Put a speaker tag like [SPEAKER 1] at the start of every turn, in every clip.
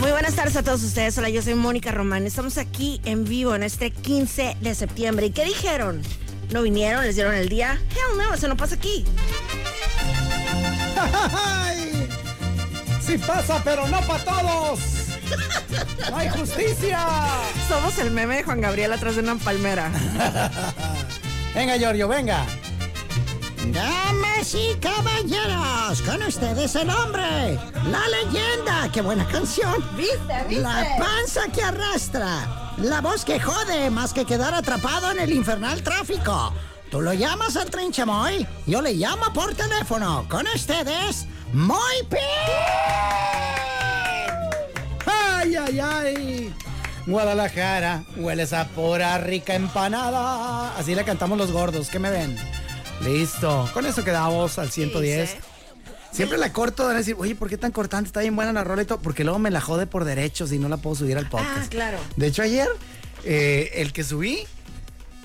[SPEAKER 1] Muy buenas tardes a todos ustedes. Hola, yo soy Mónica Román. Estamos aquí en vivo en este 15 de septiembre. ¿Y qué dijeron? ¿No vinieron? ¿Les dieron el día? Hell no, eso no pasa aquí.
[SPEAKER 2] ¡Ay! Sí pasa, pero no para todos. No hay justicia.
[SPEAKER 1] Somos el meme de Juan Gabriel atrás de una palmera.
[SPEAKER 2] Venga, Giorgio, venga.
[SPEAKER 3] Damas y caballeros, con ustedes el hombre, la leyenda. ¡Qué buena canción!
[SPEAKER 1] ¿Viste?
[SPEAKER 3] La panza que arrastra, la voz que jode más que quedar atrapado en el infernal tráfico. Tú lo llamas al trinchamoy, yo le llamo por teléfono. Con ustedes, Moy Pin.
[SPEAKER 2] ¡Ay, ay, ay! Guadalajara, hueles a pura rica empanada. Así le cantamos los gordos, ¿qué me ven? Listo. Con eso quedamos al 110.
[SPEAKER 1] dice?
[SPEAKER 2] Siempre la corto, van a decir, oye, ¿por qué tan cortante? Está bien buena la rola y todo. Porque luego me la jode por derechos y no la puedo subir al podcast.
[SPEAKER 1] Ah, claro.
[SPEAKER 2] De hecho, ayer, eh, el que subí,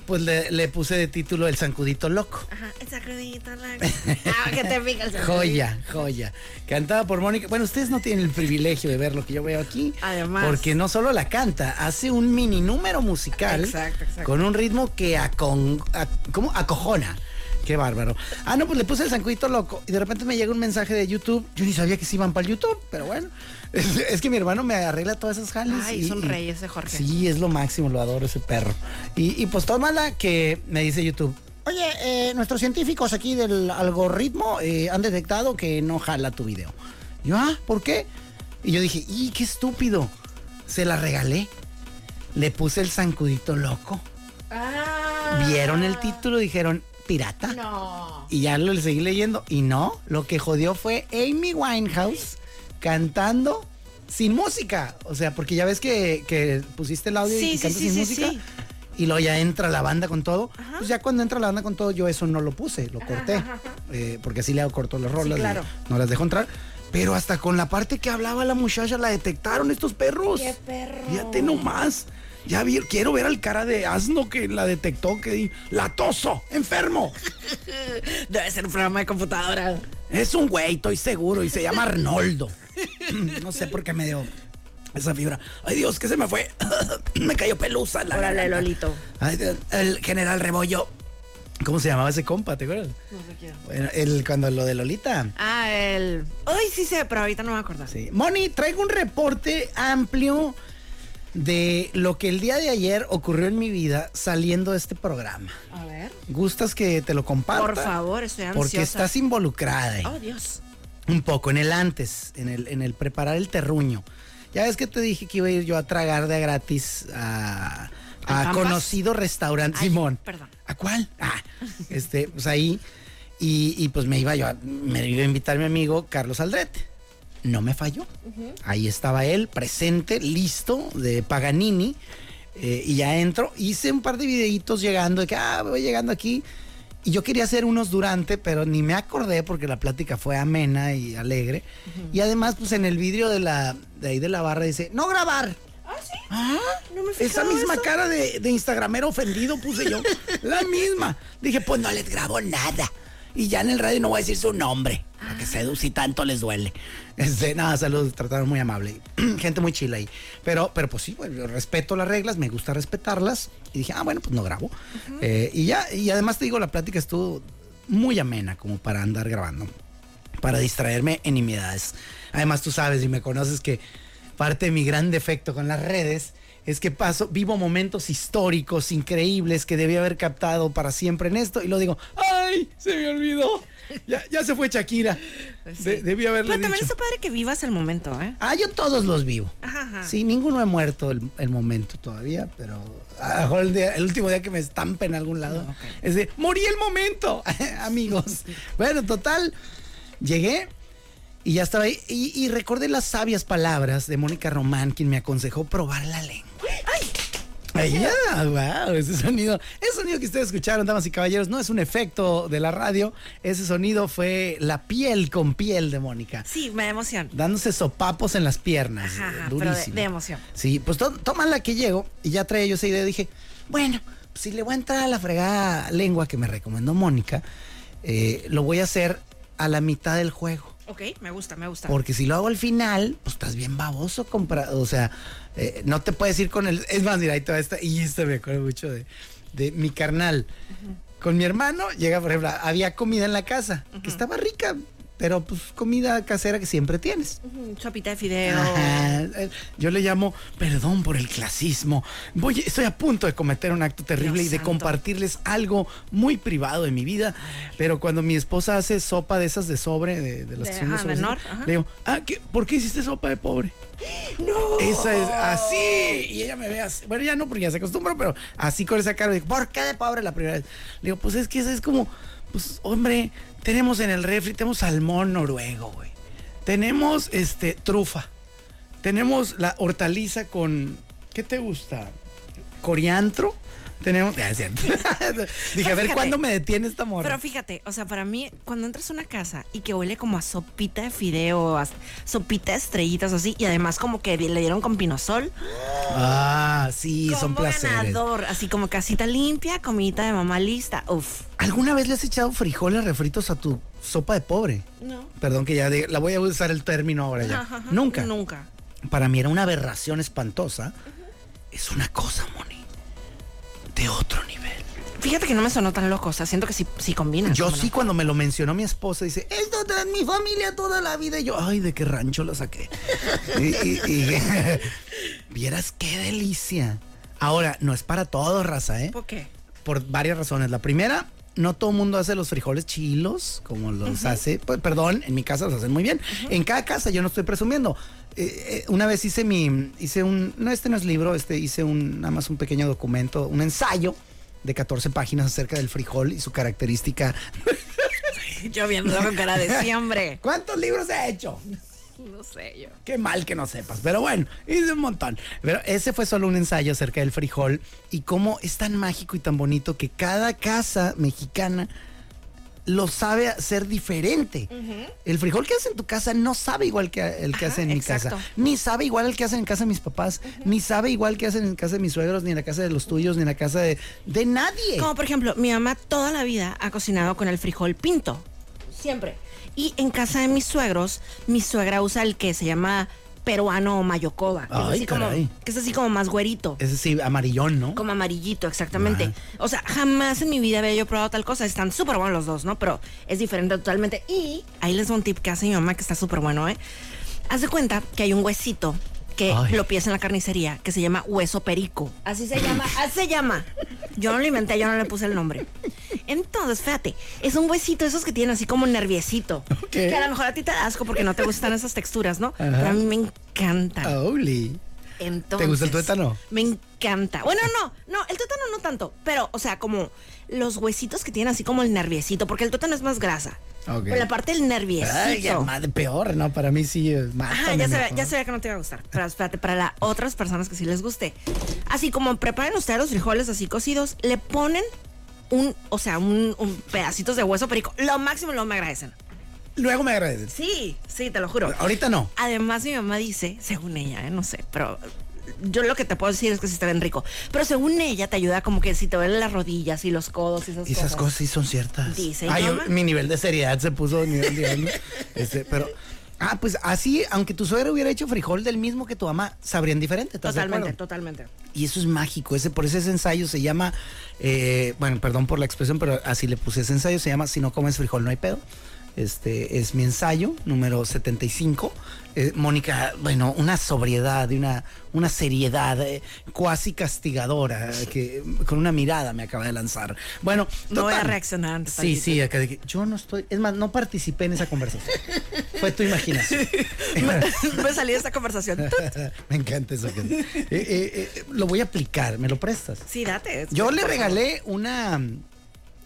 [SPEAKER 2] pues le, le puse de título El Zancudito Loco.
[SPEAKER 1] Ajá, esa crudita la... Ah, que te pica el sacudito.
[SPEAKER 2] Joya, joya. Cantada por Mónica. Bueno, ustedes no tienen el privilegio de ver lo que yo veo aquí.
[SPEAKER 1] Además.
[SPEAKER 2] Porque no solo la canta, hace un mini número musical.
[SPEAKER 1] Exacto, exacto.
[SPEAKER 2] Con un ritmo que acon, a- ¿cómo? acojona. Qué bárbaro. Ah, no, pues le puse el zancudito loco. Y de repente me llega un mensaje de YouTube. Yo ni sabía que se iban para el YouTube, pero bueno. Es, es que mi hermano me arregla todas esas jales.
[SPEAKER 1] Ay, son reyes de Jorge.
[SPEAKER 2] Sí, es lo máximo, lo adoro ese perro. Y, y pues tómala que me dice YouTube. Oye, eh, nuestros científicos aquí del algoritmo eh, han detectado que no jala tu video. Yo, ah, ¿por qué? Y yo dije, ¡y qué estúpido! Se la regalé. Le puse el zancudito loco.
[SPEAKER 1] Ah.
[SPEAKER 2] Vieron el título, dijeron, pirata.
[SPEAKER 1] No.
[SPEAKER 2] Y ya lo seguí leyendo. Y no, lo que jodió fue Amy Winehouse cantando sin música. O sea, porque ya ves que, que pusiste el audio
[SPEAKER 1] Sí,
[SPEAKER 2] y
[SPEAKER 1] sí,
[SPEAKER 2] cantas
[SPEAKER 1] sí,
[SPEAKER 2] sin
[SPEAKER 1] sí,
[SPEAKER 2] música.
[SPEAKER 1] sí.
[SPEAKER 2] Y luego ya entra la banda con todo.
[SPEAKER 1] Ajá.
[SPEAKER 2] Pues ya cuando entra la banda con todo, yo eso no lo puse, lo corté. Eh, porque así le hago corto las rolas.
[SPEAKER 1] claro.
[SPEAKER 2] y No las dejo entrar. Pero hasta con la parte que hablaba la muchacha la detectaron estos perros.
[SPEAKER 1] Qué perro.
[SPEAKER 2] Fíjate nomás. Ya vi- quiero ver al cara de asno que la detectó, que di- latoso, enfermo.
[SPEAKER 1] Debe ser un programa de computadora.
[SPEAKER 2] Es un güey, estoy seguro, y se llama Arnoldo. no sé por qué me dio esa fibra. Ay, Dios, que se me fue. me cayó pelusa en la
[SPEAKER 1] Órale,
[SPEAKER 2] garganta.
[SPEAKER 1] Lolito.
[SPEAKER 2] Ay, Dios, el general Rebollo. ¿Cómo se llamaba ese compa, te acuerdas?
[SPEAKER 1] No sé quién.
[SPEAKER 2] Bueno, el, cuando lo de Lolita.
[SPEAKER 1] Ah, el... Ay, sí sé, pero ahorita no me acuerdo.
[SPEAKER 2] Sí. Moni, traigo un reporte amplio de lo que el día de ayer ocurrió en mi vida saliendo de este programa.
[SPEAKER 1] A ver.
[SPEAKER 2] ¿Gustas que te lo comparta?
[SPEAKER 1] Por favor, estoy ansiosa.
[SPEAKER 2] Porque estás involucrada. eh.
[SPEAKER 1] Oh, Dios.
[SPEAKER 2] un poco en el antes, en el, en el preparar el terruño. Ya ves que te dije que iba a ir yo a tragar de a gratis a,
[SPEAKER 1] ¿Al
[SPEAKER 2] a
[SPEAKER 1] Pampas?
[SPEAKER 2] conocido restaurante
[SPEAKER 1] Ay,
[SPEAKER 2] Simón.
[SPEAKER 1] perdón.
[SPEAKER 2] ¿A cuál? Ah, este, pues ahí. Y, y pues me iba yo, a, me iba a invitar mi amigo Carlos Aldrete. No me falló. Ahí estaba él, presente, listo, de Paganini. Eh, y ya entro, hice un par de videitos llegando, de que, ah, voy llegando aquí. Y yo quería hacer unos durante, pero ni me acordé porque la plática fue amena y alegre. Y además, pues en el vidrio de la de ahí de la barra dice, no grabar.
[SPEAKER 1] Ah, sí.
[SPEAKER 2] Ah,
[SPEAKER 1] No me he
[SPEAKER 2] esa
[SPEAKER 1] fijado
[SPEAKER 2] misma
[SPEAKER 1] eso.
[SPEAKER 2] cara de, de Instagramero ofendido puse yo. la misma. Dije, pues no les grabo nada. Y ya en el radio no voy a decir su nombre. Para
[SPEAKER 1] Ah.
[SPEAKER 2] que se si tanto les duele. Este, nada, saludos, trataron muy amable. Gente muy chila ahí. Pero, pero pues sí, bueno, yo respeto las reglas, me gusta respetarlas. Y dije, ah, bueno, pues no grabo. Eh, y ya, y además te digo, la plática estuvo muy amena como para andar grabando para distraerme en nimiedades. Además, tú sabes y me conoces que parte de mi gran defecto con las redes es que paso, vivo momentos históricos, increíbles, que debía haber captado para siempre en esto, y lo digo, ¡ay! Se me olvidó. Ya, ya se fue Shakira. De- debí haberle
[SPEAKER 1] Pero también
[SPEAKER 2] dicho.
[SPEAKER 1] está padre que vivas el momento, ¿eh?
[SPEAKER 2] Ah, yo todos los vivo.
[SPEAKER 1] Ajá, ajá.
[SPEAKER 2] Sí, ninguno he muerto el, el momento todavía, pero a lo mejor el, día- el último día que me estampen en algún lado
[SPEAKER 1] Ah,
[SPEAKER 2] es de morí el momento, amigos. bueno, total, llegué Y ya estaba ahí. Y, y recordé las sabias palabras de Mónica Román, quien me aconsejó probar la lengua. ¡Ay! ya! ¡Wow! Ese sonido, ese sonido que ustedes escucharon, damas y caballeros, no es un efecto de la radio. Ese sonido fue la piel con piel de Mónica
[SPEAKER 1] Sí, me da emoción.
[SPEAKER 2] dándose sopapos en las piernas.
[SPEAKER 1] Ajá, ajá,
[SPEAKER 2] eh,
[SPEAKER 1] pero de-
[SPEAKER 2] durísimo.
[SPEAKER 1] de emoción.
[SPEAKER 2] Sí, pues to- toma la que llego y ya traía yo esa idea. Dije, bueno, si le voy a entrar a la fregada lengua que me recomendó Mónica, eh, lo voy a hacer a la mitad del juego.
[SPEAKER 1] Ok, me gusta, me gusta.
[SPEAKER 2] Porque si lo hago al final, pues estás bien baboso, comprado. O sea, eh, no te puedes ir con el. Es más, mira, ahí toda esta. Y esto me acuerdo mucho de, de mi carnal. Con mi hermano, llega, por ejemplo, había comida en la casa, que estaba rica, pero pues comida casera que siempre tienes.
[SPEAKER 1] Ujú, Sopita de fideo.
[SPEAKER 2] Ajá, eh, Yo le llamo perdón por el clasismo. Voy, estoy a punto de cometer un acto terrible
[SPEAKER 1] Dios
[SPEAKER 2] y de
[SPEAKER 1] santo.
[SPEAKER 2] compartirles algo muy privado de mi vida. Pero cuando mi esposa hace sopa de esas de sobre, de, de las
[SPEAKER 1] De-
[SPEAKER 2] que son de
[SPEAKER 1] ajá,
[SPEAKER 2] sobrecito,
[SPEAKER 1] menor, ajá.
[SPEAKER 2] le digo, ah, ¿qué- ¿por qué hiciste sopa de pobre? No. Esa es así. Y ella me ve así. Bueno, ya no, porque ya se acostumbra, pero así con esa cara. Digo, ¿por qué de pobre la primera vez? Le digo, pues es que esa es como, pues, hombre, tenemos en el refri, tenemos salmón noruego, güey. Tenemos este trufa. Tenemos la hortaliza con. ¿Qué te gusta? Coriantro. Tenemos. Ya, es cierto. Dije, a ver
[SPEAKER 1] Fíjate.
[SPEAKER 2] cuándo me detiene esta morra.
[SPEAKER 1] Pero fíjate, o sea, para mí, cuando entras a una casa y que huele como a sopita de fideo, a sopita de estrellitas así, y además como que le dieron con pinosol,
[SPEAKER 2] Ah, sí, son
[SPEAKER 1] combo
[SPEAKER 2] placeres.
[SPEAKER 1] ganador, así como casita limpia, comidita de mamá lista, uf.
[SPEAKER 2] ¿Alguna vez le has echado frijoles refritos a tu sopa de pobre?
[SPEAKER 1] No.
[SPEAKER 2] Perdón que ya diga- la voy a usar el término ahora ya.
[SPEAKER 1] Ajá, ajá,
[SPEAKER 2] Nunca.
[SPEAKER 1] Nunca.
[SPEAKER 2] Para mí era una aberración espantosa. Es una cosa, Moni. De otro nivel.
[SPEAKER 1] Fíjate que no me sonó tan loco, o sea, siento que sí, sí combina.
[SPEAKER 2] Yo
[SPEAKER 1] Ah, ¿cómo no?
[SPEAKER 2] sí, cuando me lo mencionó mi esposa, dice, esto está en mi familia toda la vida. Y yo, ay, de qué rancho lo saqué. y, y- y- vieras qué delicia. Ahora, no es para todos, raza, ¿eh?
[SPEAKER 1] ¿Por qué?
[SPEAKER 2] Por varias razones. La primera, no todo el mundo hace los frijoles chilos como los hace. Pues, perdón, en mi casa los hacen muy bien. En cada casa, yo no estoy presumiendo. Eh, eh, una vez hice mi. Hice un. No, este no es libro, este hice un, nada más un pequeño documento, un ensayo de 14 páginas acerca del frijol y su característica.
[SPEAKER 1] Yo viéndolo con cara de siempre.
[SPEAKER 2] ¿Cuántos libros he hecho?
[SPEAKER 1] No sé yo.
[SPEAKER 2] Qué mal que no sepas, pero bueno, hice un montón. Pero ese fue solo un ensayo acerca del frijol y cómo es tan mágico y tan bonito que cada casa mexicana lo sabe hacer diferente. El frijol que hace en tu casa no sabe igual que el que
[SPEAKER 1] Ajá,
[SPEAKER 2] hace en mi
[SPEAKER 1] exacto.
[SPEAKER 2] casa. Ni sabe igual el que hacen en casa de mis papás, ni sabe igual que hacen en casa de mis suegros, ni en la casa de los tuyos, ni en la casa de, de nadie.
[SPEAKER 1] Como por ejemplo, mi mamá toda la vida ha cocinado con el frijol pinto. Siempre. Y en casa de mis suegros, mi suegra usa el que se llama peruano o mayocoba. Que, es
[SPEAKER 2] Ay,
[SPEAKER 1] así como-
[SPEAKER 2] caray.
[SPEAKER 1] que es así como más güerito.
[SPEAKER 2] Ese sí, amarillón, ¿no?
[SPEAKER 1] Como amarillito, exactamente. O sea, jamás en mi vida había yo probado tal cosa. Están súper buenos los dos, ¿no? Pero es diferente totalmente. Y ahí les doy un tip que hace mi mamá que está súper bueno, ¿eh? Haz de cuenta que hay un huesito que
[SPEAKER 2] Ay.
[SPEAKER 1] lo pides en la carnicería que se llama hueso perico. Así se llama, así se llama. Yo no lo inventé, yo no le puse el nombre. Entonces, fíjate, es un huesito, esos que tienen así como nerviecito.
[SPEAKER 2] Ok.
[SPEAKER 1] Que a lo mejor a ti te da asco porque no te gustan esas texturas, ¿no?
[SPEAKER 2] Ajá.
[SPEAKER 1] Pero a mí me encantan.
[SPEAKER 2] Auli.
[SPEAKER 1] Entonces,
[SPEAKER 2] gusta el tuétano?
[SPEAKER 1] Me encanta. Bueno, no, no, el tuétano no tanto, pero, o sea, como los huesitos que tienen así como el nerviecito, porque el tuétano es más grasa.
[SPEAKER 2] Ok.
[SPEAKER 1] Pero la parte del nerviecito.
[SPEAKER 2] Ay, ya, madre, peor, ¿no? Para mí sí, eh, es
[SPEAKER 1] Ajá,
[SPEAKER 2] mátame
[SPEAKER 1] ya sabía,
[SPEAKER 2] mejor.
[SPEAKER 1] ya sabía que no te iba a gustar. Pero espérate, para las otras personas que sí les guste. Así como preparen ustedes los frijoles así cocidos, le ponen un, o sea, un, un pedacitos de hueso perico. Lo máximo, lo me agradecen.
[SPEAKER 2] Luego me agradeces.
[SPEAKER 1] Sí, sí, te lo juro.
[SPEAKER 2] Ahorita no.
[SPEAKER 1] Además, mi mamá dice, según ella, ¿eh? no sé, pero yo lo que te puedo decir es que sí te ven rico. Pero según ella, te ayuda como que si te duelen las rodillas y los codos y esas,
[SPEAKER 2] Esas cosas sí son ciertas.
[SPEAKER 1] Dice,
[SPEAKER 2] Ay,
[SPEAKER 1] Pues ¿no,
[SPEAKER 2] yo-
[SPEAKER 1] ma?
[SPEAKER 2] mi nivel de seriedad se puso a nivel de año. Este, pero. Ah, pues así, aunque tu suegra hubiera hecho frijol del mismo que tu mamá, sabrían diferente. ¿estás de
[SPEAKER 1] Totalmente,
[SPEAKER 2] acuerdo?
[SPEAKER 1] totalmente.
[SPEAKER 2] Y eso es mágico. Ese, por ese ese ensayo se llama, eh, bueno, perdón por la expresión, pero así le puse ese ensayo, se llama Si no comes frijol no hay pedo. Este es mi ensayo número 75. Eh, Mónica, bueno, una sobriedad, y una, una seriedad eh, cuasi castigadora, eh, que eh, con una mirada me acaba de lanzar. Bueno,
[SPEAKER 1] No voy a
[SPEAKER 2] total.
[SPEAKER 1] reaccionar antes,
[SPEAKER 2] Sí,
[SPEAKER 1] tantito.
[SPEAKER 2] sí, acá de que yo no estoy, es más, no participé en esa conversación. Fue tu imaginación.
[SPEAKER 1] Voy a salir de esta conversación. Tut.
[SPEAKER 2] me encanta eso. que- eh, eh, eh, lo voy a aplicar, ¿me lo prestas?
[SPEAKER 1] Sí, date.
[SPEAKER 2] Yo le regalé una,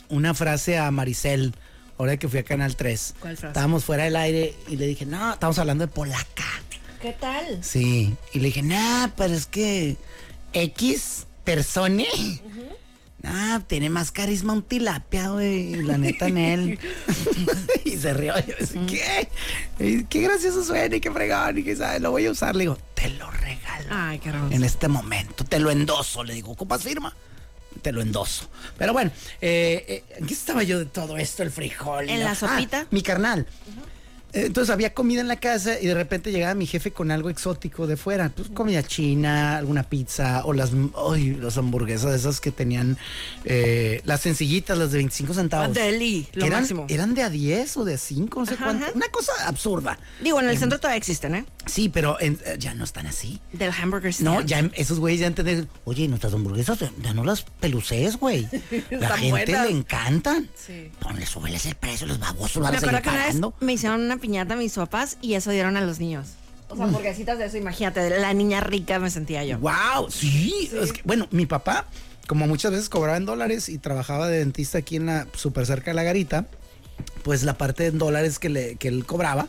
[SPEAKER 2] una frase a Maricel ahora que fui a Canal 3.
[SPEAKER 1] ¿Cuál frase?
[SPEAKER 2] Estábamos fuera del aire y le dije, no, estamos hablando de polaca.
[SPEAKER 1] ¿Qué tal?
[SPEAKER 2] Sí. Y le dije, nah, pero es que X persone. Ah, tiene más carisma un tilapia, güey. La neta en él. y se rió. Yo decía, ¿qué? Y, qué gracioso suena y qué fregón. Y que, ¿sabes? Lo voy a usar. Le digo, te lo regalo.
[SPEAKER 1] Ay, qué hermoso.
[SPEAKER 2] En este momento. Te lo endoso. Le digo, ¿copas firma? Te lo endoso. Pero bueno, eh, eh, ¿qué estaba yo de todo esto? El frijol. y
[SPEAKER 1] ¿En la
[SPEAKER 2] Ah,
[SPEAKER 1] sopita?
[SPEAKER 2] mi carnal. Eh, Entonces había comida en la casa y de repente llegaba mi jefe con algo exótico de fuera, pues comida china, alguna pizza o las, ay, las hamburguesas esas que tenían, eh, las sencillitas, las de 25 centavos.
[SPEAKER 1] Ah, deli, lo
[SPEAKER 2] Que eran,
[SPEAKER 1] máximo.
[SPEAKER 2] Eran de a 10 o de a 5, no sé
[SPEAKER 1] Ajá,
[SPEAKER 2] cuánto.
[SPEAKER 1] ajá.
[SPEAKER 2] Una cosa absurda.
[SPEAKER 1] Digo, en el centro todavía existen, ¿eh?
[SPEAKER 2] Sí, pero en- eh, ya no están así.
[SPEAKER 1] Del hamburger
[SPEAKER 2] No,
[SPEAKER 1] stand.
[SPEAKER 2] ya em- esos güeyes ya entendieron. Oye, ¿y nuestras hamburguesas ya ya no las pelucees, güey. La
[SPEAKER 1] Están
[SPEAKER 2] gente
[SPEAKER 1] buenas.
[SPEAKER 2] le encantan.
[SPEAKER 1] Sí.
[SPEAKER 2] Ponle, súbeles el precio, los babosos van
[SPEAKER 1] Me
[SPEAKER 2] a seguir
[SPEAKER 1] acuerdo que una vez
[SPEAKER 2] pagando.
[SPEAKER 1] me hicieron una piñata mis papás y eso dieron a los niños. O
[SPEAKER 2] Mm.
[SPEAKER 1] sea, hamburguesitas de eso, imagínate, de la niña rica me sentía yo.
[SPEAKER 2] ¡Wow! Sí. es que, bueno, mi papá, como muchas veces cobraba en dólares y trabajaba de dentista aquí en la súper cerca de la garita, pues la parte en dólares que, le, que él cobraba.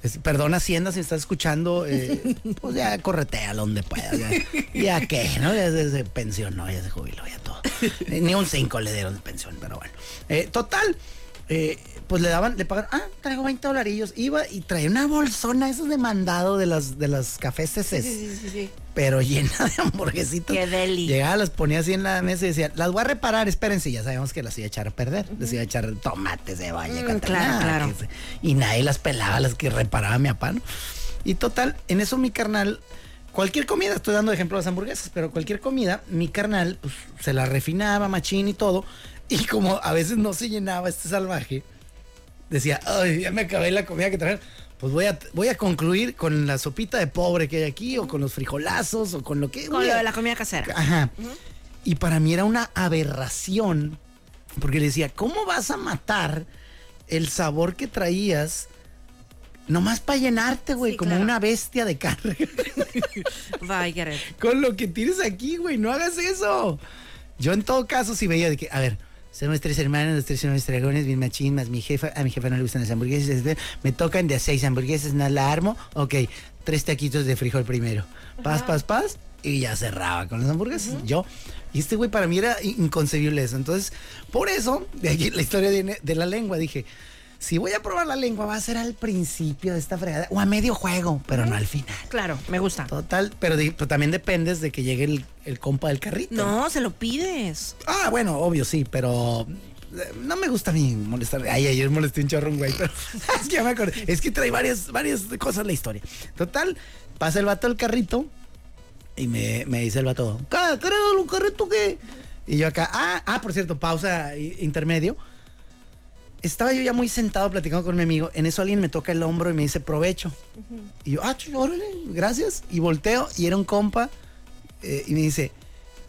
[SPEAKER 2] es- perdón, Hacienda, si estás escuchando, eh, pues ya corretea donde pueda. Ya, ya que, ¿no? Ya se, se pensionó, ya se jubiló, ya todo. Eh, Ni un 5 le dieron de pensión, pero bueno. Eh, total, eh, pues le daban, le pagaron, ah, traigo 20 dolarillos. Iba y traía una bolsona, esos de mandado de las, de las cafés CCs pero llena de hamburguesitos.
[SPEAKER 1] Qué deli.
[SPEAKER 2] Llegaba, las ponía así en la mesa y decía, las voy a reparar, espérense. Ya sabíamos que las iba a echar a perder. Les iba a echar tomates, cebolla,
[SPEAKER 1] Mm,
[SPEAKER 2] contaminada,
[SPEAKER 1] claro, claro.
[SPEAKER 2] que se- Y nadie las pelaba, las que reparaba mi papá. ¿no? Y total, en eso mi carnal, cualquier comida, estoy dando ejemplo de las hamburguesas, pero cualquier comida, mi carnal pues, se la refinaba, machín y todo. Y como a veces no se llenaba este salvaje, decía, ay, ya me acabé la comida que trajeron. Pues voy a, voy a concluir con la sopita de pobre que hay aquí, o con los frijolazos, o con lo que.
[SPEAKER 1] Con lo de la comida casera.
[SPEAKER 2] Ajá. Y para mí era una aberración, porque le decía, ¿cómo vas a matar el sabor que traías nomás para llenarte, güey?
[SPEAKER 1] Sí,
[SPEAKER 2] como
[SPEAKER 1] claro.
[SPEAKER 2] una bestia de carga.
[SPEAKER 1] Bye, get it.
[SPEAKER 2] con lo que tienes aquí, güey. No hagas eso. Yo en todo caso sí veía de que, a ver, somos tres hermanos, los tres somos dragones, bien machín, más mi jefa, a mi jefa no le gustan las hamburguesas, etc. me tocan de a seis hamburguesas, no la armo, ok, tres taquitos de frijol primero, paz, paz, paz, y ya cerraba con las hamburguesas, yo. Y este güey para mí era in- inconcebible eso, entonces, por eso, de aquí la historia viene de la lengua, dije... Si voy a probar la lengua, va a ser al principio de esta fregada o a medio juego, pero no al final.
[SPEAKER 1] Claro, me gusta.
[SPEAKER 2] Total, pero, di- pero también dependes de que llegue el, el compa del carrito.
[SPEAKER 1] No, se lo pides.
[SPEAKER 2] Ah, bueno, obvio, sí, pero eh, no me gusta ni molestar. Ay, ayer molesté un chorro, un güey, pero es que ya me acordé. Es que trae varias, varias cosas la historia. Total, pasa el vato del carrito y me, me dice el vato, ¿qué creo, un carrito que? Y yo acá, ah, ah, por cierto, pausa i- intermedio. Estaba yo ya muy sentado platicando con mi amigo. En eso alguien me toca el hombro y me dice, provecho. Y yo, ah, chuy, órale, gracias. Y volteo y era un compa. eh, y me dice,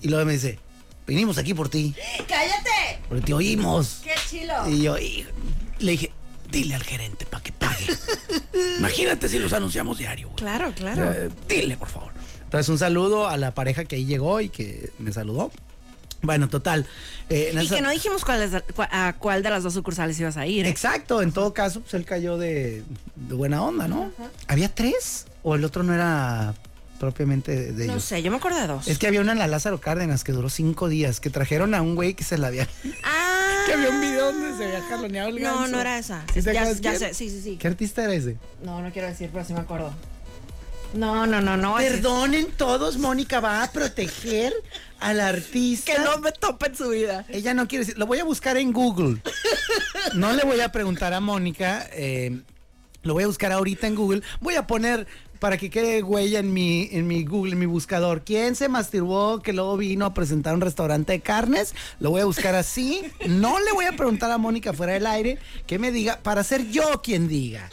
[SPEAKER 2] y luego me dice, vinimos aquí por ti.
[SPEAKER 1] Eh, ¡Cállate!
[SPEAKER 2] Porque te oímos.
[SPEAKER 1] ¡Qué chilo!
[SPEAKER 2] Y yo y le dije, dile al gerente para que pague. Imagínate si los anunciamos diario, güey.
[SPEAKER 1] Claro, claro.
[SPEAKER 2] Eh, dile, por favor. Entonces, un saludo a la pareja que ahí llegó y que me saludó. Bueno, total. eh, en
[SPEAKER 1] Y
[SPEAKER 2] esa-
[SPEAKER 1] que no dijimos cuál es- cua- a cuál de las dos sucursales ibas a ir. ¿eh?
[SPEAKER 2] Exacto, en todo caso, pues él cayó de, de buena onda, ¿no? ¿Había tres? ¿O el otro no era propiamente de, de
[SPEAKER 1] No
[SPEAKER 2] ellos?
[SPEAKER 1] sé, yo me acuerdo de dos.
[SPEAKER 2] Es que había una en la Lázaro Cárdenas que duró cinco días, que trajeron a un güey que se la había...
[SPEAKER 1] Ah.
[SPEAKER 2] que había un video donde se había jaloneado
[SPEAKER 1] No,
[SPEAKER 2] el ganso.
[SPEAKER 1] no era esa.
[SPEAKER 2] ¿Sí te
[SPEAKER 1] ya
[SPEAKER 2] acuerdas
[SPEAKER 1] ya
[SPEAKER 2] quién?
[SPEAKER 1] sé, sí, sí, sí.
[SPEAKER 2] ¿Qué artista era ese?
[SPEAKER 1] No, no quiero decir, pero sí me acuerdo. No, no, no, no. es-
[SPEAKER 2] Perdonen todos, Mónica va a proteger al artista.
[SPEAKER 1] Que no me tope en su vida.
[SPEAKER 2] Ella no quiere decir, lo voy a buscar en Google. No le voy a preguntar a Mónica, eh, lo voy a buscar ahorita en Google. Voy a poner para que quede huella en mi, en mi Google, en mi buscador. ¿Quién se masturbó que luego vino a presentar un restaurante de carnes? Lo voy a buscar así. No le voy a preguntar a Mónica fuera del aire que me diga para ser yo quien diga.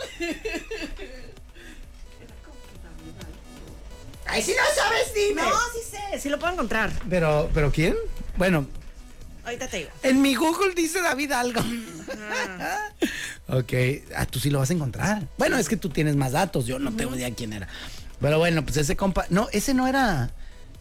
[SPEAKER 2] Ay, si no sabes, dime.
[SPEAKER 1] No, sí sé, sí lo puedo encontrar.
[SPEAKER 2] Pero, ¿pero quién? Bueno,
[SPEAKER 1] Ahorita te digo.
[SPEAKER 2] en mi Google dice David algo.
[SPEAKER 1] Mm.
[SPEAKER 2] ok. Ah, tú sí lo vas a encontrar. Bueno, es que tú tienes más datos. Yo no tengo idea quién era. Pero bueno, pues ese compa. No, ese no era.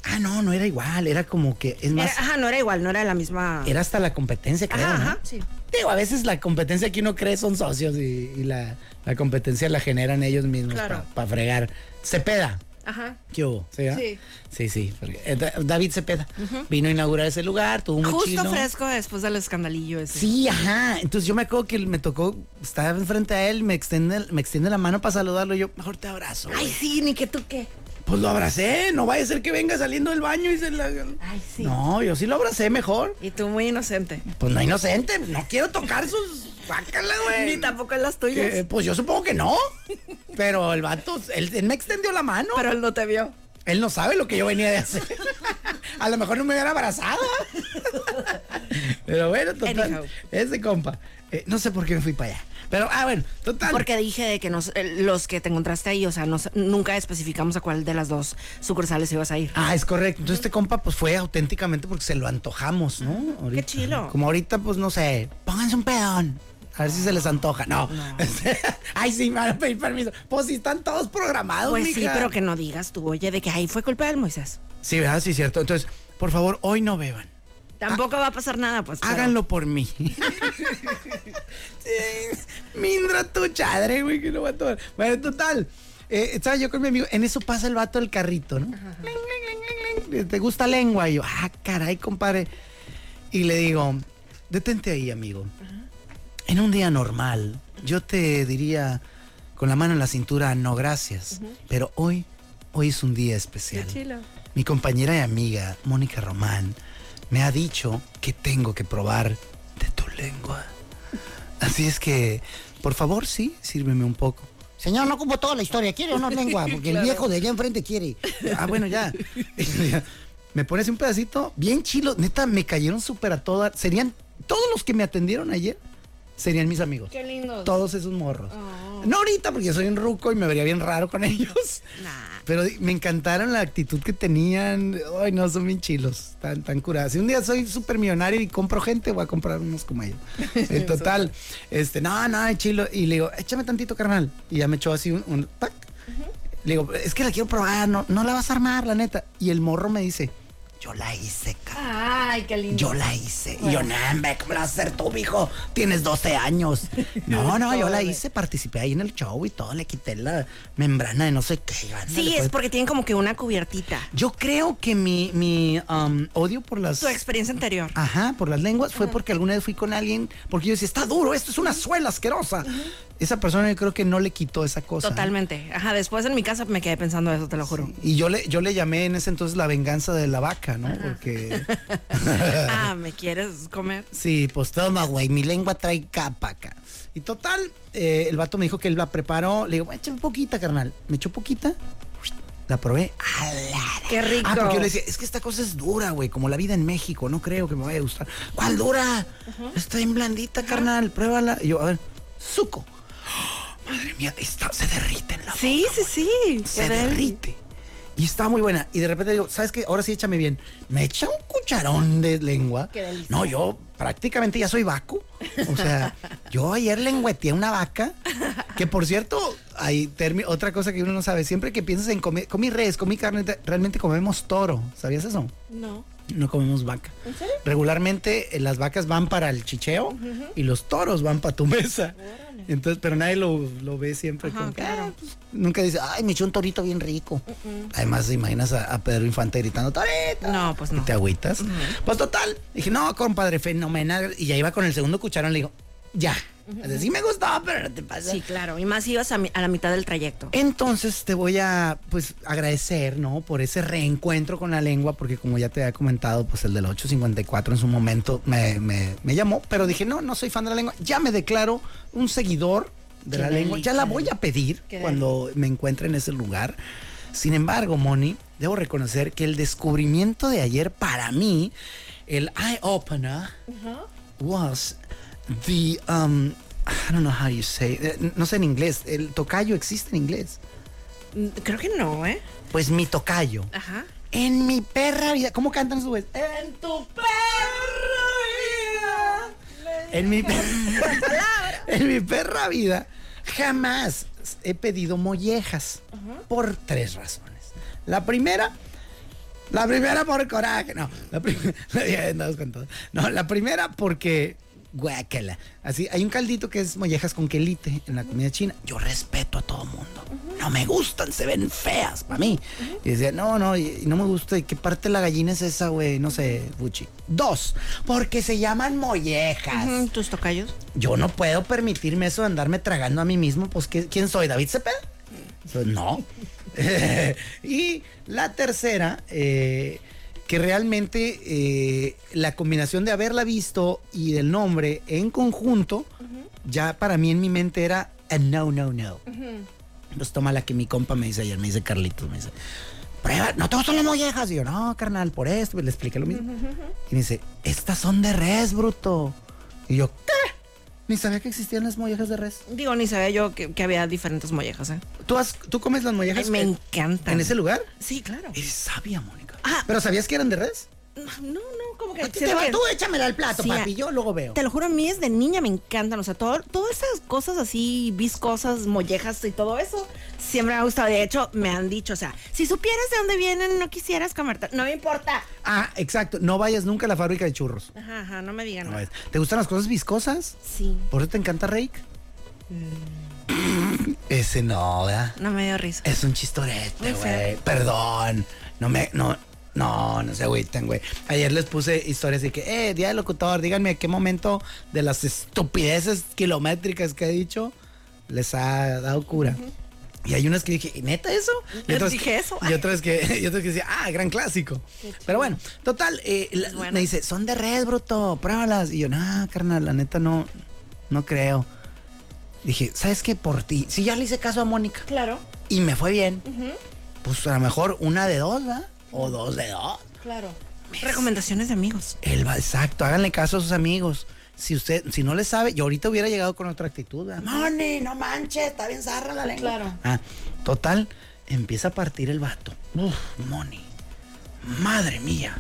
[SPEAKER 2] Ah, no, no era igual. Era como que. Es
[SPEAKER 1] Era-
[SPEAKER 2] más. Era,
[SPEAKER 1] ajá, no era igual, no era la misma.
[SPEAKER 2] hasta la competencia, creo.
[SPEAKER 1] Ajá,
[SPEAKER 2] ¿no?
[SPEAKER 1] ajá, sí.
[SPEAKER 2] Digo, a veces la competencia que uno cree son socios y, y la, la competencia la generan ellos mismos
[SPEAKER 1] Claro.
[SPEAKER 2] para fregar. Cepeda.
[SPEAKER 1] Ajá.
[SPEAKER 2] ¿Qué hubo? ¿Sí? ah?
[SPEAKER 1] Sí.
[SPEAKER 2] Sí, sí, porque, eh, Da- David Cepeda vino a inaugurar ese lugar, tuvo un
[SPEAKER 1] Justo
[SPEAKER 2] chino.
[SPEAKER 1] fresco después del escandalillo ese.
[SPEAKER 2] Sí, ajá. Entonces yo me acuerdo que me tocó, estaba enfrente a él, me extiende, me extiende la mano para saludarlo. y Yo, mejor te abrazo.
[SPEAKER 1] Ay,
[SPEAKER 2] güey.
[SPEAKER 1] sí, ni que tú qué.
[SPEAKER 2] Pues lo abracé, no vaya a ser que venga saliendo del baño y se la.
[SPEAKER 1] Ay, sí.
[SPEAKER 2] No, yo sí lo abracé mejor.
[SPEAKER 1] Y tú muy inocente.
[SPEAKER 2] Pues no inocente, no quiero tocar sus. Sácala, güey.
[SPEAKER 1] Ni tampoco las tuyas.
[SPEAKER 2] Eh, pues yo supongo que no. Pero el vato, él, él me extendió la mano.
[SPEAKER 1] Pero él no te vio.
[SPEAKER 2] Él no sabe lo que yo venía de hacer. A lo mejor no me hubiera abrazado. Pero bueno, total.
[SPEAKER 1] Anyhow.
[SPEAKER 2] Ese compa. eh, no sé por qué me fui para allá. Pero, ah, bueno, total.
[SPEAKER 1] Porque dije de que nos, eh, los que te encontraste ahí, o sea, nos- nunca especificamos a cuál de las dos sucursales ibas a ir.
[SPEAKER 2] Ah, es correcto. Entonces este compa pues fue auténticamente porque se lo antojamos, ¿no? Ahorita.
[SPEAKER 1] chilo.
[SPEAKER 2] Como ahorita pues no sé, pónganse un pedón. A ver si se les antoja. No. Este, Ay, sí, me van a pedir permiso. Pues si están todos programados,
[SPEAKER 1] Pues sí,
[SPEAKER 2] Ah, mija.
[SPEAKER 1] pero que no digas tú, oye, de que ahí fue culpa del Moisés.
[SPEAKER 2] Sí, ¿verdad? Sí, cierto. Entonces, por favor, hoy no beban.
[SPEAKER 1] Tampoco va a pasar nada, pues. pero-
[SPEAKER 2] Ah, Háganlo por mí. Sí, Mindra tu chadre, güey, que no va a tomar. Bueno, total. Eh, estaba yo con mi amigo, en eso pasa el vato del carrito, ¿no? Ling, ling, ling, ling, ling. ¿Te gusta lengua? Y yo, ah, caray, compadre. Y le digo, detente ahí, amigo. En un día normal, yo te diría con la mano en la cintura, no gracias. Pero hoy, hoy es un día especial. Mi compañera y amiga, Mónica Román, me ha dicho que tengo que probar de tu lengua. Así es que, por favor, sí, sírveme un poco.
[SPEAKER 3] Señor, no como toda la historia. Quiere o no lengua, porque el viejo de allá enfrente quiere.
[SPEAKER 2] Ah, bueno, ya. me pones un pedacito bien chilo. Neta, me cayeron súper a todas. Serían todos los que me atendieron ayer. Serían mis amigos.
[SPEAKER 1] Qué lindos.
[SPEAKER 2] Todos esos morros. No ahorita, porque soy un ruco y me vería bien raro con ellos.
[SPEAKER 1] Nah.
[SPEAKER 2] Pero di- me encantaron la actitud que tenían. Ay, no, son bien chilos. Tan, tan curados. Si un día soy súper millonario y compro gente, voy a comprar unos como ellos. En total, este, no, no, chilo. Y le digo, échame tantito, carnal. Y ya me echó así un, un tac. Le digo, es que la quiero probar, no, no la vas a armar, la neta. Y el morro me dice, yo la hice, carnal.
[SPEAKER 1] Ay, qué lindo.
[SPEAKER 2] Yo la hice. Y yo, no, hombre, ¿cómo la vas a hacer tú, mijo? Tienes 12 años. No, no, yo la hice, participé ahí en el show y todo, le quité la membrana de no sé qué. y ándale,
[SPEAKER 1] Sí, es
[SPEAKER 2] pues.
[SPEAKER 1] porque tienen como que una cubiertita.
[SPEAKER 2] Yo creo que mi, mi um, odio por las...
[SPEAKER 1] Tu experiencia anterior.
[SPEAKER 2] Ajá, por las lenguas fue porque alguna vez fui con alguien, porque yo decía, está duro, esto es una suela asquerosa. Esa persona yo creo que no le quitó esa cosa.
[SPEAKER 1] Totalmente. Ajá, después en mi casa me quedé pensando eso, te lo juro.
[SPEAKER 2] Y yo le, yo le llamé en ese entonces la venganza de la vaca, ¿no? Porque...
[SPEAKER 1] ah, ¿me quieres comer?
[SPEAKER 2] Sí, pues toma, güey, mi lengua trae capa acá. Y total, eh, el vato me dijo que él la preparó. Le digo, échame poquita, carnal. Me echó poquita. La probé. ¡A la-
[SPEAKER 1] Qué rico.
[SPEAKER 2] Ah, porque yo le decía, es que esta cosa es dura, güey, como la vida en México. No creo que me vaya a gustar. ¿Cuál dura? Está bien blandita, carnal. Pruébala. Y yo, a ver, suco. Madre mía, está, se derrite en la
[SPEAKER 1] Sí, sí, sí.
[SPEAKER 2] se
[SPEAKER 1] Qué del-
[SPEAKER 2] derrite. Y estaba muy buena. Y de repente digo, ¿sabes qué? Ahora sí échame bien. Me echa un cucharón de lengua.
[SPEAKER 1] Qué delicia.
[SPEAKER 2] No, yo prácticamente ya soy vaco. O sea, yo ayer lengüeteé una vaca. Que por cierto, hay termi- otra cosa que uno no sabe. Siempre que piensas en comer, comí res, comí carne, te- realmente comemos toro. ¿Sabías eso?
[SPEAKER 1] No.
[SPEAKER 2] No comemos vaca. Regularmente eh, las vacas van para el chicheo y los toros van para tu mesa. Entonces, pero nadie lo, lo ve siempre
[SPEAKER 1] Ajá,
[SPEAKER 2] como que,
[SPEAKER 1] claro. Mm,
[SPEAKER 2] "Ah, pues", nunca dice, ay, me echó un torito bien rico. Además, imaginas a, a Pedro Infante gritando, torito.
[SPEAKER 1] No, pues
[SPEAKER 2] Y
[SPEAKER 1] no.
[SPEAKER 2] te agüitas. Pues total, dije, no, compadre, fenomenal. Y ya iba con el segundo cucharón, le digo, ya. Así, Sí me gustaba, pero no te pasa.
[SPEAKER 1] Sí, claro. Y más ibas a, mi- a la mitad del trayecto.
[SPEAKER 2] Entonces te voy a pues agradecer, ¿no? Por ese reencuentro con la lengua, porque como ya te había comentado, pues el del 854 en su momento me, me- me llamó, pero dije, no, no soy fan de la lengua, ya me declaro un seguidor de
[SPEAKER 1] Qué
[SPEAKER 2] la lengua, ya la voy a pedir
[SPEAKER 1] Qué
[SPEAKER 2] cuando me encuentre en ese lugar. Sin embargo, Moni, debo reconocer que el descubrimiento de ayer para mí, el eye-opener, was the um I don't know how you say it. Eh, no sé en inglés el tocayo existe en inglés
[SPEAKER 1] Mm, Creo que no, ¿eh?
[SPEAKER 2] pues mi tocayo
[SPEAKER 1] Ajá.
[SPEAKER 2] en mi perra vida cómo cantan su vez en tu perra vida en mi perra en mi perra vida jamás he pedido mollejas por tres razones la primera la primera por coraje. No, la primera. No, la primera porque guácala. Así, hay un caldito que es mollejas con quelite en la comida china. Yo respeto a todo mundo. No me gustan, se ven feas para mí. Y decía, no, no, y, y no me gusta. ¿Y qué parte de la gallina es esa, güey? No sé, Fuchi. Dos, porque se llaman mollejas.
[SPEAKER 1] Ujú, ¿Tus tocayos?
[SPEAKER 2] Yo no puedo permitirme eso de andarme tragando a mí mismo. Pues, ¿qué- ¿quién soy? ¿David Cepeda? Pues, no. y la tercera, eh, que realmente eh, la combinación de haberla visto y del nombre en conjunto, ya para mí en mi mente era a no, no, no. Pues toma la que mi compa me dice ayer, me dice Carlitos, me dice, prueba, ¿no te gustan las mollejas? Y yo, no, carnal, por esto, pues, le expliqué lo mismo. Y me dice, estas son de res, bruto. Y yo, ¿qué? Ni sabía que existían las mollejas de res.
[SPEAKER 1] Digo, ni sabía yo que, que había diferentes mollejas, ¿eh?
[SPEAKER 2] ¿Tú, has- tú comes las mollejas?
[SPEAKER 1] Ay, me
[SPEAKER 2] en-
[SPEAKER 1] encantan.
[SPEAKER 2] ¿En ese lugar?
[SPEAKER 1] Sí, claro.
[SPEAKER 2] Eres sabia, Mónica.
[SPEAKER 1] Ah.
[SPEAKER 2] ¿Pero sabías que eran de res?
[SPEAKER 1] No, no, como que...
[SPEAKER 2] Te
[SPEAKER 1] siento
[SPEAKER 2] va,
[SPEAKER 1] que-
[SPEAKER 2] tú échamela al plato,
[SPEAKER 1] Sí,
[SPEAKER 2] papi,
[SPEAKER 1] a-
[SPEAKER 2] yo luego veo.
[SPEAKER 1] Te lo juro, a mí desde niña me encantan. O sea, todo, todas esas cosas así, viscosas, mollejas y todo eso, siempre me ha gustado. De hecho, me han dicho, o sea, si supieras de dónde vienen, no quisieras comerte. No me importa.
[SPEAKER 2] Ah, exacto. No vayas nunca a la fábrica de churros.
[SPEAKER 1] Ajá, ajá, no me digan
[SPEAKER 2] No
[SPEAKER 1] nada.
[SPEAKER 2] vayas. ¿Te gustan las cosas viscosas?
[SPEAKER 1] Sí,
[SPEAKER 2] ¿Por eso te encanta Rake?
[SPEAKER 1] Mm.
[SPEAKER 2] Ese no, ¿verdad?
[SPEAKER 1] no me dio risa.
[SPEAKER 2] Es un
[SPEAKER 1] Muy
[SPEAKER 2] chistorete,
[SPEAKER 1] feo.
[SPEAKER 2] güey. Perdón. No me. No, no, no se agüiten, güey. Ayer les puse historias de que, eh, día del locutor, díganme qué momento de las estupideces kilométricas que he dicho les ha dado cura. Y hay unas que dije, "¿Y ¿neta eso? Y
[SPEAKER 1] Yo
[SPEAKER 2] otras
[SPEAKER 1] dije
[SPEAKER 2] que-
[SPEAKER 1] eso.
[SPEAKER 2] Y otras que, y otras que decía, ah, gran clásico. Pero bueno, total, eh, la-
[SPEAKER 1] Pues bueno.
[SPEAKER 2] me dice, son de red, bruto, pruébalas. Y yo, nah, carnal, la neta no, no creo. Dije, ¿sabes qué? Por ti. Si ya le hice caso a Mónica
[SPEAKER 1] Claro,
[SPEAKER 2] y me fue bien, pues a lo mejor una de dos, ¿va? O dos de dos.
[SPEAKER 1] claro. Recomendaciones de amigos.
[SPEAKER 2] El va- exacto, háganle caso a sus amigos. Si usted, si no le sabe, yo ahorita hubiera llegado con otra actitud. ¿verdad? Moni, no manches, está bien zarra la lengua.
[SPEAKER 1] Claro.
[SPEAKER 2] Ah, total, empieza a partir el vato. Uf, Moni. Madre mía.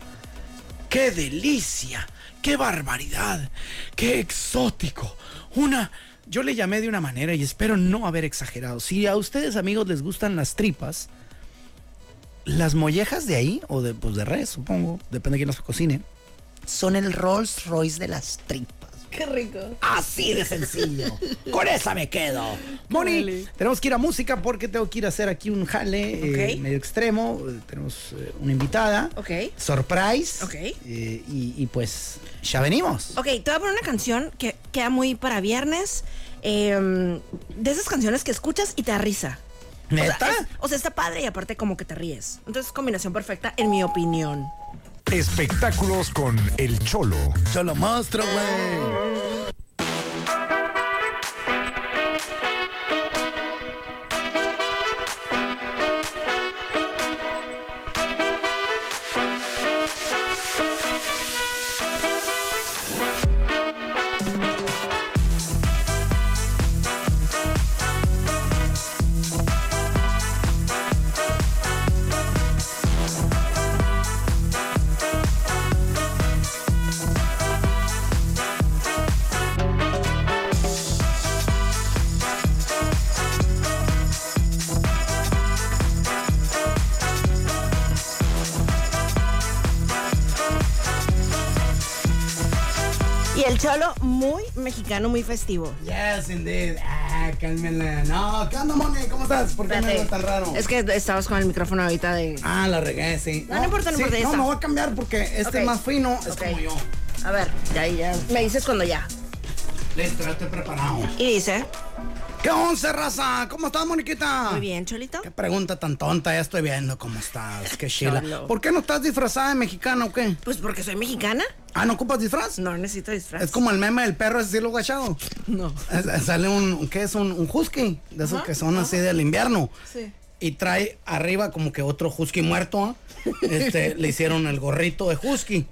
[SPEAKER 2] ¡Qué delicia! ¡Qué barbaridad! ¡Qué exótico! Una... Yo le llamé de una manera y espero no haber exagerado. Si a ustedes amigos les gustan las tripas, las mollejas de ahí, o de, pues de res, supongo, depende de quién las cocine, son el Rolls Royce de las tripas.
[SPEAKER 1] Qué rico.
[SPEAKER 2] Así de sencillo. Con esa me quedo. Moni, tenemos que ir a música porque tengo que ir a hacer aquí un jale eh,
[SPEAKER 1] Ok.
[SPEAKER 2] medio extremo. Eh, Tenemos eh, una invitada.
[SPEAKER 1] Ok.
[SPEAKER 2] Surprise.
[SPEAKER 1] Ok.
[SPEAKER 2] Eh, y, y pues ya venimos.
[SPEAKER 1] Ok, te voy a poner una canción que queda muy para viernes. eh, de esas canciones que escuchas y te da risa. O
[SPEAKER 2] ¿Neta?
[SPEAKER 1] sea, es- o sea, está padre y aparte como que te ríes. Entonces, combinación perfecta, en mi opinión.
[SPEAKER 4] Espectáculos con El Cholo.
[SPEAKER 2] Yo lo monstruo, güey.
[SPEAKER 1] Y el cholo muy mexicano, muy festivo.
[SPEAKER 2] Yes, indeed. Ah, cálmela. No, ¿qué onda, Moni? ¿Cómo estás? ¿Por qué me
[SPEAKER 1] Espérate.
[SPEAKER 2] ves Este tan raro?
[SPEAKER 1] Es que estabas con el micrófono ahorita de...
[SPEAKER 2] Ah, la regué, sí.
[SPEAKER 1] No, no importa, no
[SPEAKER 2] sí,
[SPEAKER 1] importa, ya
[SPEAKER 2] No,
[SPEAKER 1] está.
[SPEAKER 2] me voy a cambiar porque este
[SPEAKER 1] Ok.
[SPEAKER 2] es más fino. Es
[SPEAKER 1] Ok.
[SPEAKER 2] como yo.
[SPEAKER 1] A ver, ya, ya. Me dices cuando ya.
[SPEAKER 2] Listo, ya estoy preparado.
[SPEAKER 1] Y dice...
[SPEAKER 2] ¿Qué once, raza? ¿Cómo estás, Moniquita?
[SPEAKER 1] Muy bien, cholito.
[SPEAKER 2] Ah. Qué pregunta tan tonta, ya estoy viendo cómo estás, qué
[SPEAKER 1] Cholo.
[SPEAKER 2] chila. ¿Por qué no estás disfrazada de mexicano o qué?
[SPEAKER 1] Pues porque soy mexicana.
[SPEAKER 2] Ah, ¿no ocupas disfraz?
[SPEAKER 1] No necesito disfraz.
[SPEAKER 2] Es como el meme del perro ese cielo guachado.
[SPEAKER 1] No.
[SPEAKER 2] Es- es- Sale un, ¿qué es? Un, un husky, de esos que son así del invierno.
[SPEAKER 1] Sí.
[SPEAKER 2] Y trae arriba como que otro husky muerto. ¿ah? Este, le hicieron el gorrito de husky.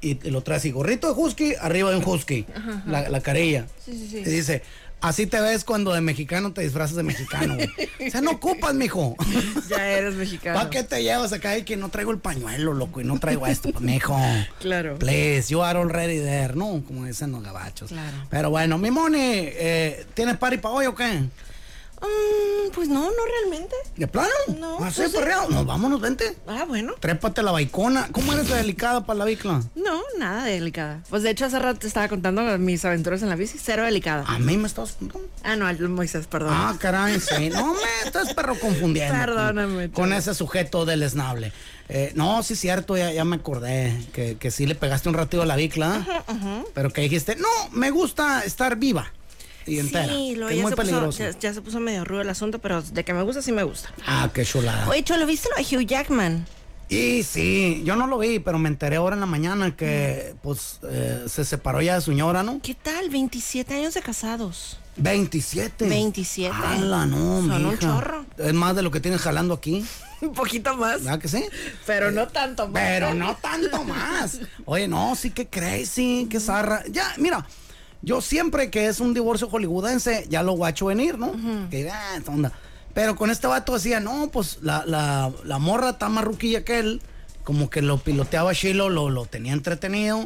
[SPEAKER 2] Y, y lo trae así, gorrito de husky, arriba de un husky. La, la carilla. Y dice, así te ves cuando de mexicano te disfrazas de mexicano. güey". o sea, no ocupas, mijo.
[SPEAKER 1] Ya eres mexicano.
[SPEAKER 2] ¿Para qué te llevas acá y que no traigo el pañuelo, loco? Y no traigo esto, pues, mijo.
[SPEAKER 1] Claro.
[SPEAKER 2] Please, you are already there, ¿no? Como dicen los gabachos.
[SPEAKER 1] Claro.
[SPEAKER 2] Pero bueno, mi Moni, eh, ¿tienes party para hoy o qué?
[SPEAKER 1] Mm, pues no, no realmente.
[SPEAKER 2] ¿De plano?
[SPEAKER 1] No,
[SPEAKER 2] No sé,
[SPEAKER 1] pues sí.
[SPEAKER 2] perreo. Nos vámonos, vente.
[SPEAKER 1] Ah, bueno.
[SPEAKER 2] Trépate la baicona. ¿Cómo eres de delicada para la bicla?
[SPEAKER 1] No, nada de delicada. Pues de hecho hace rato te estaba contando mis aventuras en la bici, cero delicada.
[SPEAKER 2] A mí me estabas contando.
[SPEAKER 1] Ah, no, al Moisés, perdón.
[SPEAKER 2] Ah, caray, sí. No me estás perro confundiendo. con-
[SPEAKER 1] Perdóname,
[SPEAKER 2] Con,
[SPEAKER 1] chavo.
[SPEAKER 2] ese sujeto del esnable. Eh, no, sí es cierto, ya, ya me acordé que, que sí le pegaste un ratito a la bicla. Pero que dijiste, no, me gusta estar viva y entera.
[SPEAKER 1] sí, lo,
[SPEAKER 2] que es
[SPEAKER 1] ya,
[SPEAKER 2] muy
[SPEAKER 1] se puso,
[SPEAKER 2] peligroso.
[SPEAKER 1] ya, ya se puso medio rudo el asunto, pero de que me gusta, sí me gusta.
[SPEAKER 2] Ah, qué chulada.
[SPEAKER 1] Oye, Cholo, ¿viste lo de Hugh Jackman?
[SPEAKER 2] Y sí, yo no lo vi, pero me enteré ahora en la mañana que pues eh, se separó ya de su señora, ¿no?
[SPEAKER 1] ¿Qué tal? 27 años de casados.
[SPEAKER 2] 27.
[SPEAKER 1] 27.
[SPEAKER 2] ¡Hala, no,
[SPEAKER 1] Son un
[SPEAKER 2] mija!
[SPEAKER 1] chorro.
[SPEAKER 2] Es más de lo que tienes jalando aquí,
[SPEAKER 1] Un poquito más.
[SPEAKER 2] ¿verdad que sí?
[SPEAKER 1] Pero no tanto más.
[SPEAKER 2] Pero no tanto más. Oye, no, sí que crazy, que zarra. Ya, mira, yo siempre que es un divorcio hollywoodense, ya lo guacho venir, ¿no? Que ah, esta onda. Pero con este vato decía, no, pues la, la, la morra está más ruquilla que él. Como que lo piloteaba Shiloh, lo, lo tenía entretenido.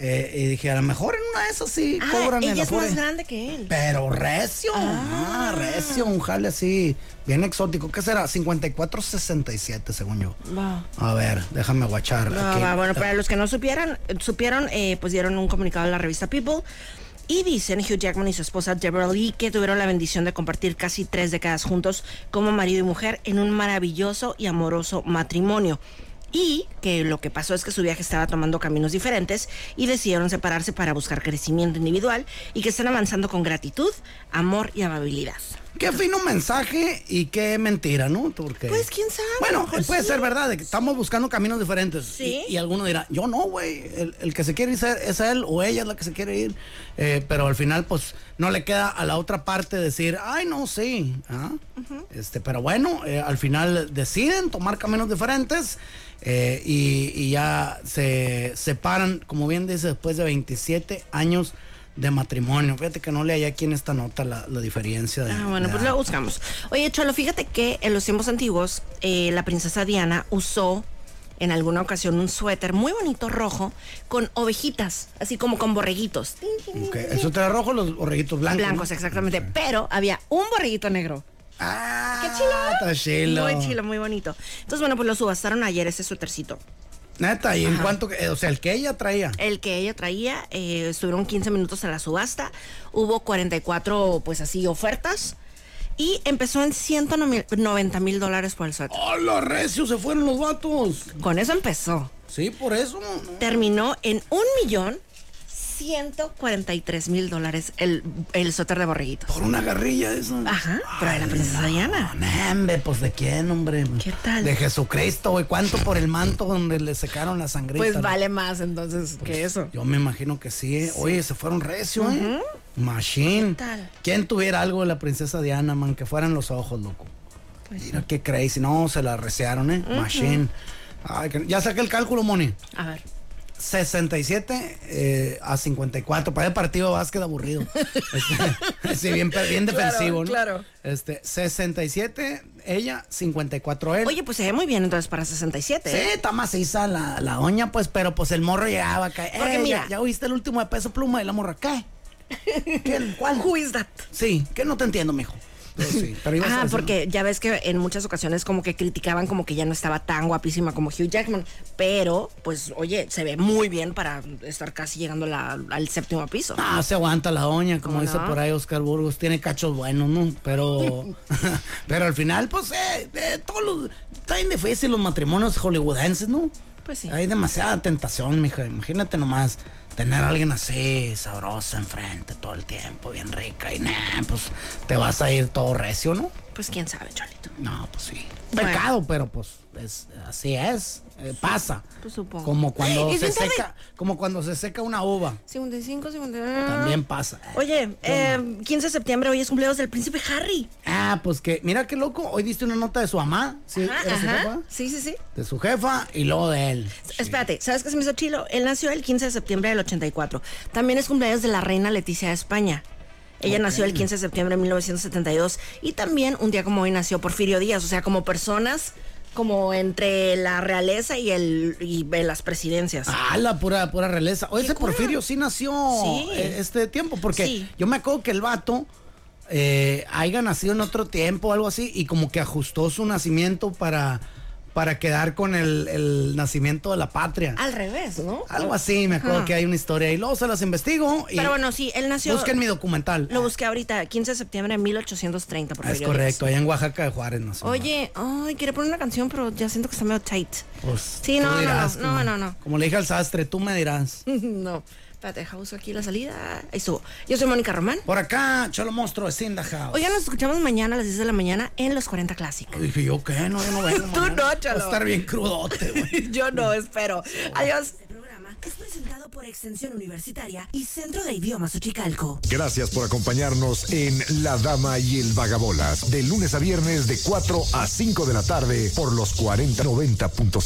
[SPEAKER 2] Eh, y dije, a lo mejor en una de esas sí
[SPEAKER 1] Ah,
[SPEAKER 2] cobran el
[SPEAKER 1] ella es
[SPEAKER 2] Afore.
[SPEAKER 1] más grande que él.
[SPEAKER 2] Pero recio, ah, recio, un jale así, bien exótico. ¿Qué será? 54-67, según yo.
[SPEAKER 1] Va.
[SPEAKER 2] A ver, déjame guachar.
[SPEAKER 1] No,
[SPEAKER 2] aquí.
[SPEAKER 1] va, bueno, para los que no supieran, supieron, eh, pues dieron un comunicado a la revista People. Y dicen Hugh Jackman y su esposa Deborah Lee que tuvieron la bendición de compartir casi tres décadas juntos como marido y mujer en un maravilloso y amoroso matrimonio. Y que lo que pasó es que su viaje estaba tomando caminos diferentes y decidieron separarse para buscar crecimiento individual y que están avanzando con gratitud, amor y amabilidad.
[SPEAKER 2] Qué fino mensaje y qué mentira, ¿no? Porque...
[SPEAKER 1] Pues, ¿quién sabe? A lo
[SPEAKER 2] Bueno, eh,
[SPEAKER 1] mejor
[SPEAKER 2] puede
[SPEAKER 1] sí.
[SPEAKER 2] ser verdad, de que estamos buscando caminos diferentes.
[SPEAKER 1] Sí.
[SPEAKER 2] Y, y alguno dirá, yo no, güey, el, el que se quiere ir ser- es él o ella es la que se quiere ir. Eh, pero al final, pues, no le queda a la otra parte decir, ay, no, sí. Ah, este, pero bueno, eh, al final deciden tomar caminos diferentes eh, y, y ya se separan, como bien dice, después de 27 años de matrimonio. Fíjate que no le hallé aquí en esta nota la, la diferencia de...
[SPEAKER 1] Ah, bueno,
[SPEAKER 2] de
[SPEAKER 1] pues
[SPEAKER 2] edad.
[SPEAKER 1] lo buscamos. Oye, Cholo, fíjate que en los tiempos antiguos eh, la princesa Diana usó en alguna ocasión un suéter muy bonito rojo con ovejitas, así como con borreguitos. Tin, tin,
[SPEAKER 2] Ok, El suéter rojo, los borreguitos blancos.
[SPEAKER 1] Blancos,
[SPEAKER 2] ¿no?
[SPEAKER 1] exactamente. Pero había un borreguito negro.
[SPEAKER 2] Ah,
[SPEAKER 1] ¡Qué chilo! eh?
[SPEAKER 2] Está chilo.
[SPEAKER 1] Muy chilo, muy bonito. Entonces, bueno, pues lo subastaron ayer ese suétercito.
[SPEAKER 2] Neta, ¿y en cuánto? que- eh, O sea, el que ella traía.
[SPEAKER 1] El que ella traía, eh, estuvieron 15 minutos en la subasta, hubo 44, pues así, ofertas. Y empezó en 190 mil dólares por el suéter.
[SPEAKER 2] ¡Hola, recio! ¡Oh, Se fueron los vatos.
[SPEAKER 1] Con eso empezó.
[SPEAKER 2] Sí, por eso.
[SPEAKER 1] terminó en un millón ciento cuarenta y tres mil dólares el, el suéter de borreguito.
[SPEAKER 2] Por una garrilla eso.
[SPEAKER 1] Ajá, pero de la princesa Diana.
[SPEAKER 2] Hombre, pues de quién, hombre.
[SPEAKER 1] ¿Qué tal?
[SPEAKER 2] De Jesucristo, güey. ¿Cuánto por el manto donde le secaron la sangrita?
[SPEAKER 1] Pues
[SPEAKER 2] no?
[SPEAKER 1] vale más entonces que eso.
[SPEAKER 2] Pues, Yo me imagino que sí. eh. Oye, se fueron recio, ¿eh? Machine.
[SPEAKER 1] ¿Qué tal?
[SPEAKER 2] ¿Quién tuviera algo de la princesa Diana, man? Que fueran los ojos, loco.
[SPEAKER 1] Pues
[SPEAKER 2] Mira qué crazy. No, se la recearon, ¿eh? Machine. Ay, que- ya saqué el cálculo, Moni.
[SPEAKER 1] A ver.
[SPEAKER 2] 67 eh, a 54. Para el partido de básquet aburrido. Este, sí, bien, pe- bien defensivo, ¿no?
[SPEAKER 1] claro.
[SPEAKER 2] Este, 67 ella, 54 él.
[SPEAKER 1] Oye, pues se ve muy bien entonces para 67.
[SPEAKER 2] Sí,
[SPEAKER 1] ¿eh?
[SPEAKER 2] está maciza la, la doña, pues, pero pues el morro llegaba acá.
[SPEAKER 1] Porque
[SPEAKER 2] "Eh,
[SPEAKER 1] mira-
[SPEAKER 2] Ya, ya oíste el último de peso pluma y la morra, ¿qué? ¿Qué- ¿Cuál?
[SPEAKER 1] Who is that?
[SPEAKER 2] Sí, que no te entiendo, mijo. Pero sí, pero ibas a
[SPEAKER 1] Ah,
[SPEAKER 2] decir-
[SPEAKER 1] porque ya ves que en muchas ocasiones como que criticaban como que ya no estaba tan guapísima como Hugh Jackman, pero pues oye, se ve muy bien para estar casi llegando la- al séptimo piso.
[SPEAKER 2] Ah, se aguanta la doña, como
[SPEAKER 1] ¿Cómo
[SPEAKER 2] dice
[SPEAKER 1] no?
[SPEAKER 2] por ahí Oscar Burgos. Tiene cachos buenos, ¿no? Pero, pero al final, pues, eh, eh, todos los. Está bien difícil los matrimonios hollywoodenses, ¿no?
[SPEAKER 1] Pues sí.
[SPEAKER 2] Hay demasiada tentación, mija. Imagínate nomás tener a alguien así, sabrosa enfrente todo el tiempo, bien rica. Y nah, pues te vas a ir todo recio, ¿no?
[SPEAKER 1] Pues quién sabe, Cholito.
[SPEAKER 2] No, pues sí.
[SPEAKER 1] Bueno.
[SPEAKER 2] Pecado, pero pues es, así es. eh, pasa.
[SPEAKER 1] Pues supongo.
[SPEAKER 2] Como cuando
[SPEAKER 1] ¡Ey! Es
[SPEAKER 2] se
[SPEAKER 1] bien tarde.
[SPEAKER 2] seca, como cuando se seca una uva.
[SPEAKER 1] 55, 50.
[SPEAKER 2] También pasa.
[SPEAKER 1] Ah. Oye, eh, 15 de septiembre, hoy es cumpleaños del príncipe Harry.
[SPEAKER 2] Ah, pues que, mira qué loco, hoy diste una nota de su mamá, ¿sí?
[SPEAKER 1] Ajá,
[SPEAKER 2] ¿Era su
[SPEAKER 1] ajá.
[SPEAKER 2] jefa?
[SPEAKER 1] Sí, sí, sí.
[SPEAKER 2] De su jefa y luego de él.
[SPEAKER 1] Espérate, ¿sabes qué se me hizo chilo? Él nació el 15 de septiembre del 84. También es cumpleaños de la reina Leticia de España. Ella nació el 15 de septiembre de 1972. Y también un día como hoy nació Porfirio Díaz. O sea, como personas, como entre la realeza y, el, y las presidencias.
[SPEAKER 2] Ah, la pura, pura realeza. Oye,
[SPEAKER 1] Qué
[SPEAKER 2] ese
[SPEAKER 1] cura.
[SPEAKER 2] Porfirio sí nació
[SPEAKER 1] Sí.
[SPEAKER 2] eh, este tiempo, porque
[SPEAKER 1] Sí.
[SPEAKER 2] yo me acuerdo que el vato eh, haya nacido en otro tiempo o algo así y como que ajustó su nacimiento para, para quedar con el, el nacimiento de la patria.
[SPEAKER 1] Al revés, ¿no?
[SPEAKER 2] Algo así, me acuerdo
[SPEAKER 1] Ah, Ajá.
[SPEAKER 2] que hay una historia y luego se las investigo. Y
[SPEAKER 1] Pero bueno, sí, él nació.
[SPEAKER 2] Busquen mi documental.
[SPEAKER 1] Lo busqué ahorita, 15 de septiembre de 1830. por
[SPEAKER 2] Ah, es
[SPEAKER 1] Miguel Ríos.
[SPEAKER 2] correcto, allá en Oaxaca de Juárez, no sé.
[SPEAKER 1] Oye, ay, quería poner una canción, pero ya siento que está medio tight.
[SPEAKER 2] Pues,
[SPEAKER 1] sí,
[SPEAKER 2] tú
[SPEAKER 1] no, no,
[SPEAKER 2] dirás,
[SPEAKER 1] no,
[SPEAKER 2] como-
[SPEAKER 1] no, no, no.
[SPEAKER 2] Como le dije al sastre, tú me dirás.
[SPEAKER 1] no, espérate, deja uso aquí la salida. Ahí estuvo. Yo soy Mónica Román.
[SPEAKER 2] Por acá, Cholo Monstruo, es in the house.
[SPEAKER 1] Oigan, nos escuchamos mañana a las 10 de la mañana en los 40 Classic.
[SPEAKER 2] Dije, ¿yo qué? No, yo no vengo.
[SPEAKER 1] Tú
[SPEAKER 2] mañana.
[SPEAKER 1] no,
[SPEAKER 2] Va a
[SPEAKER 1] Cholo.
[SPEAKER 2] estar bien crudote, güey.
[SPEAKER 1] Yo no, espero. Adiós.
[SPEAKER 5] Este programa es presentado por Extensión Universitaria y Centro de Idiomas Xochicalco.
[SPEAKER 4] Gracias por acompañarnos en La Dama y el Vagabolas, de lunes a viernes de 4 a 5 de la tarde por los 4090.5.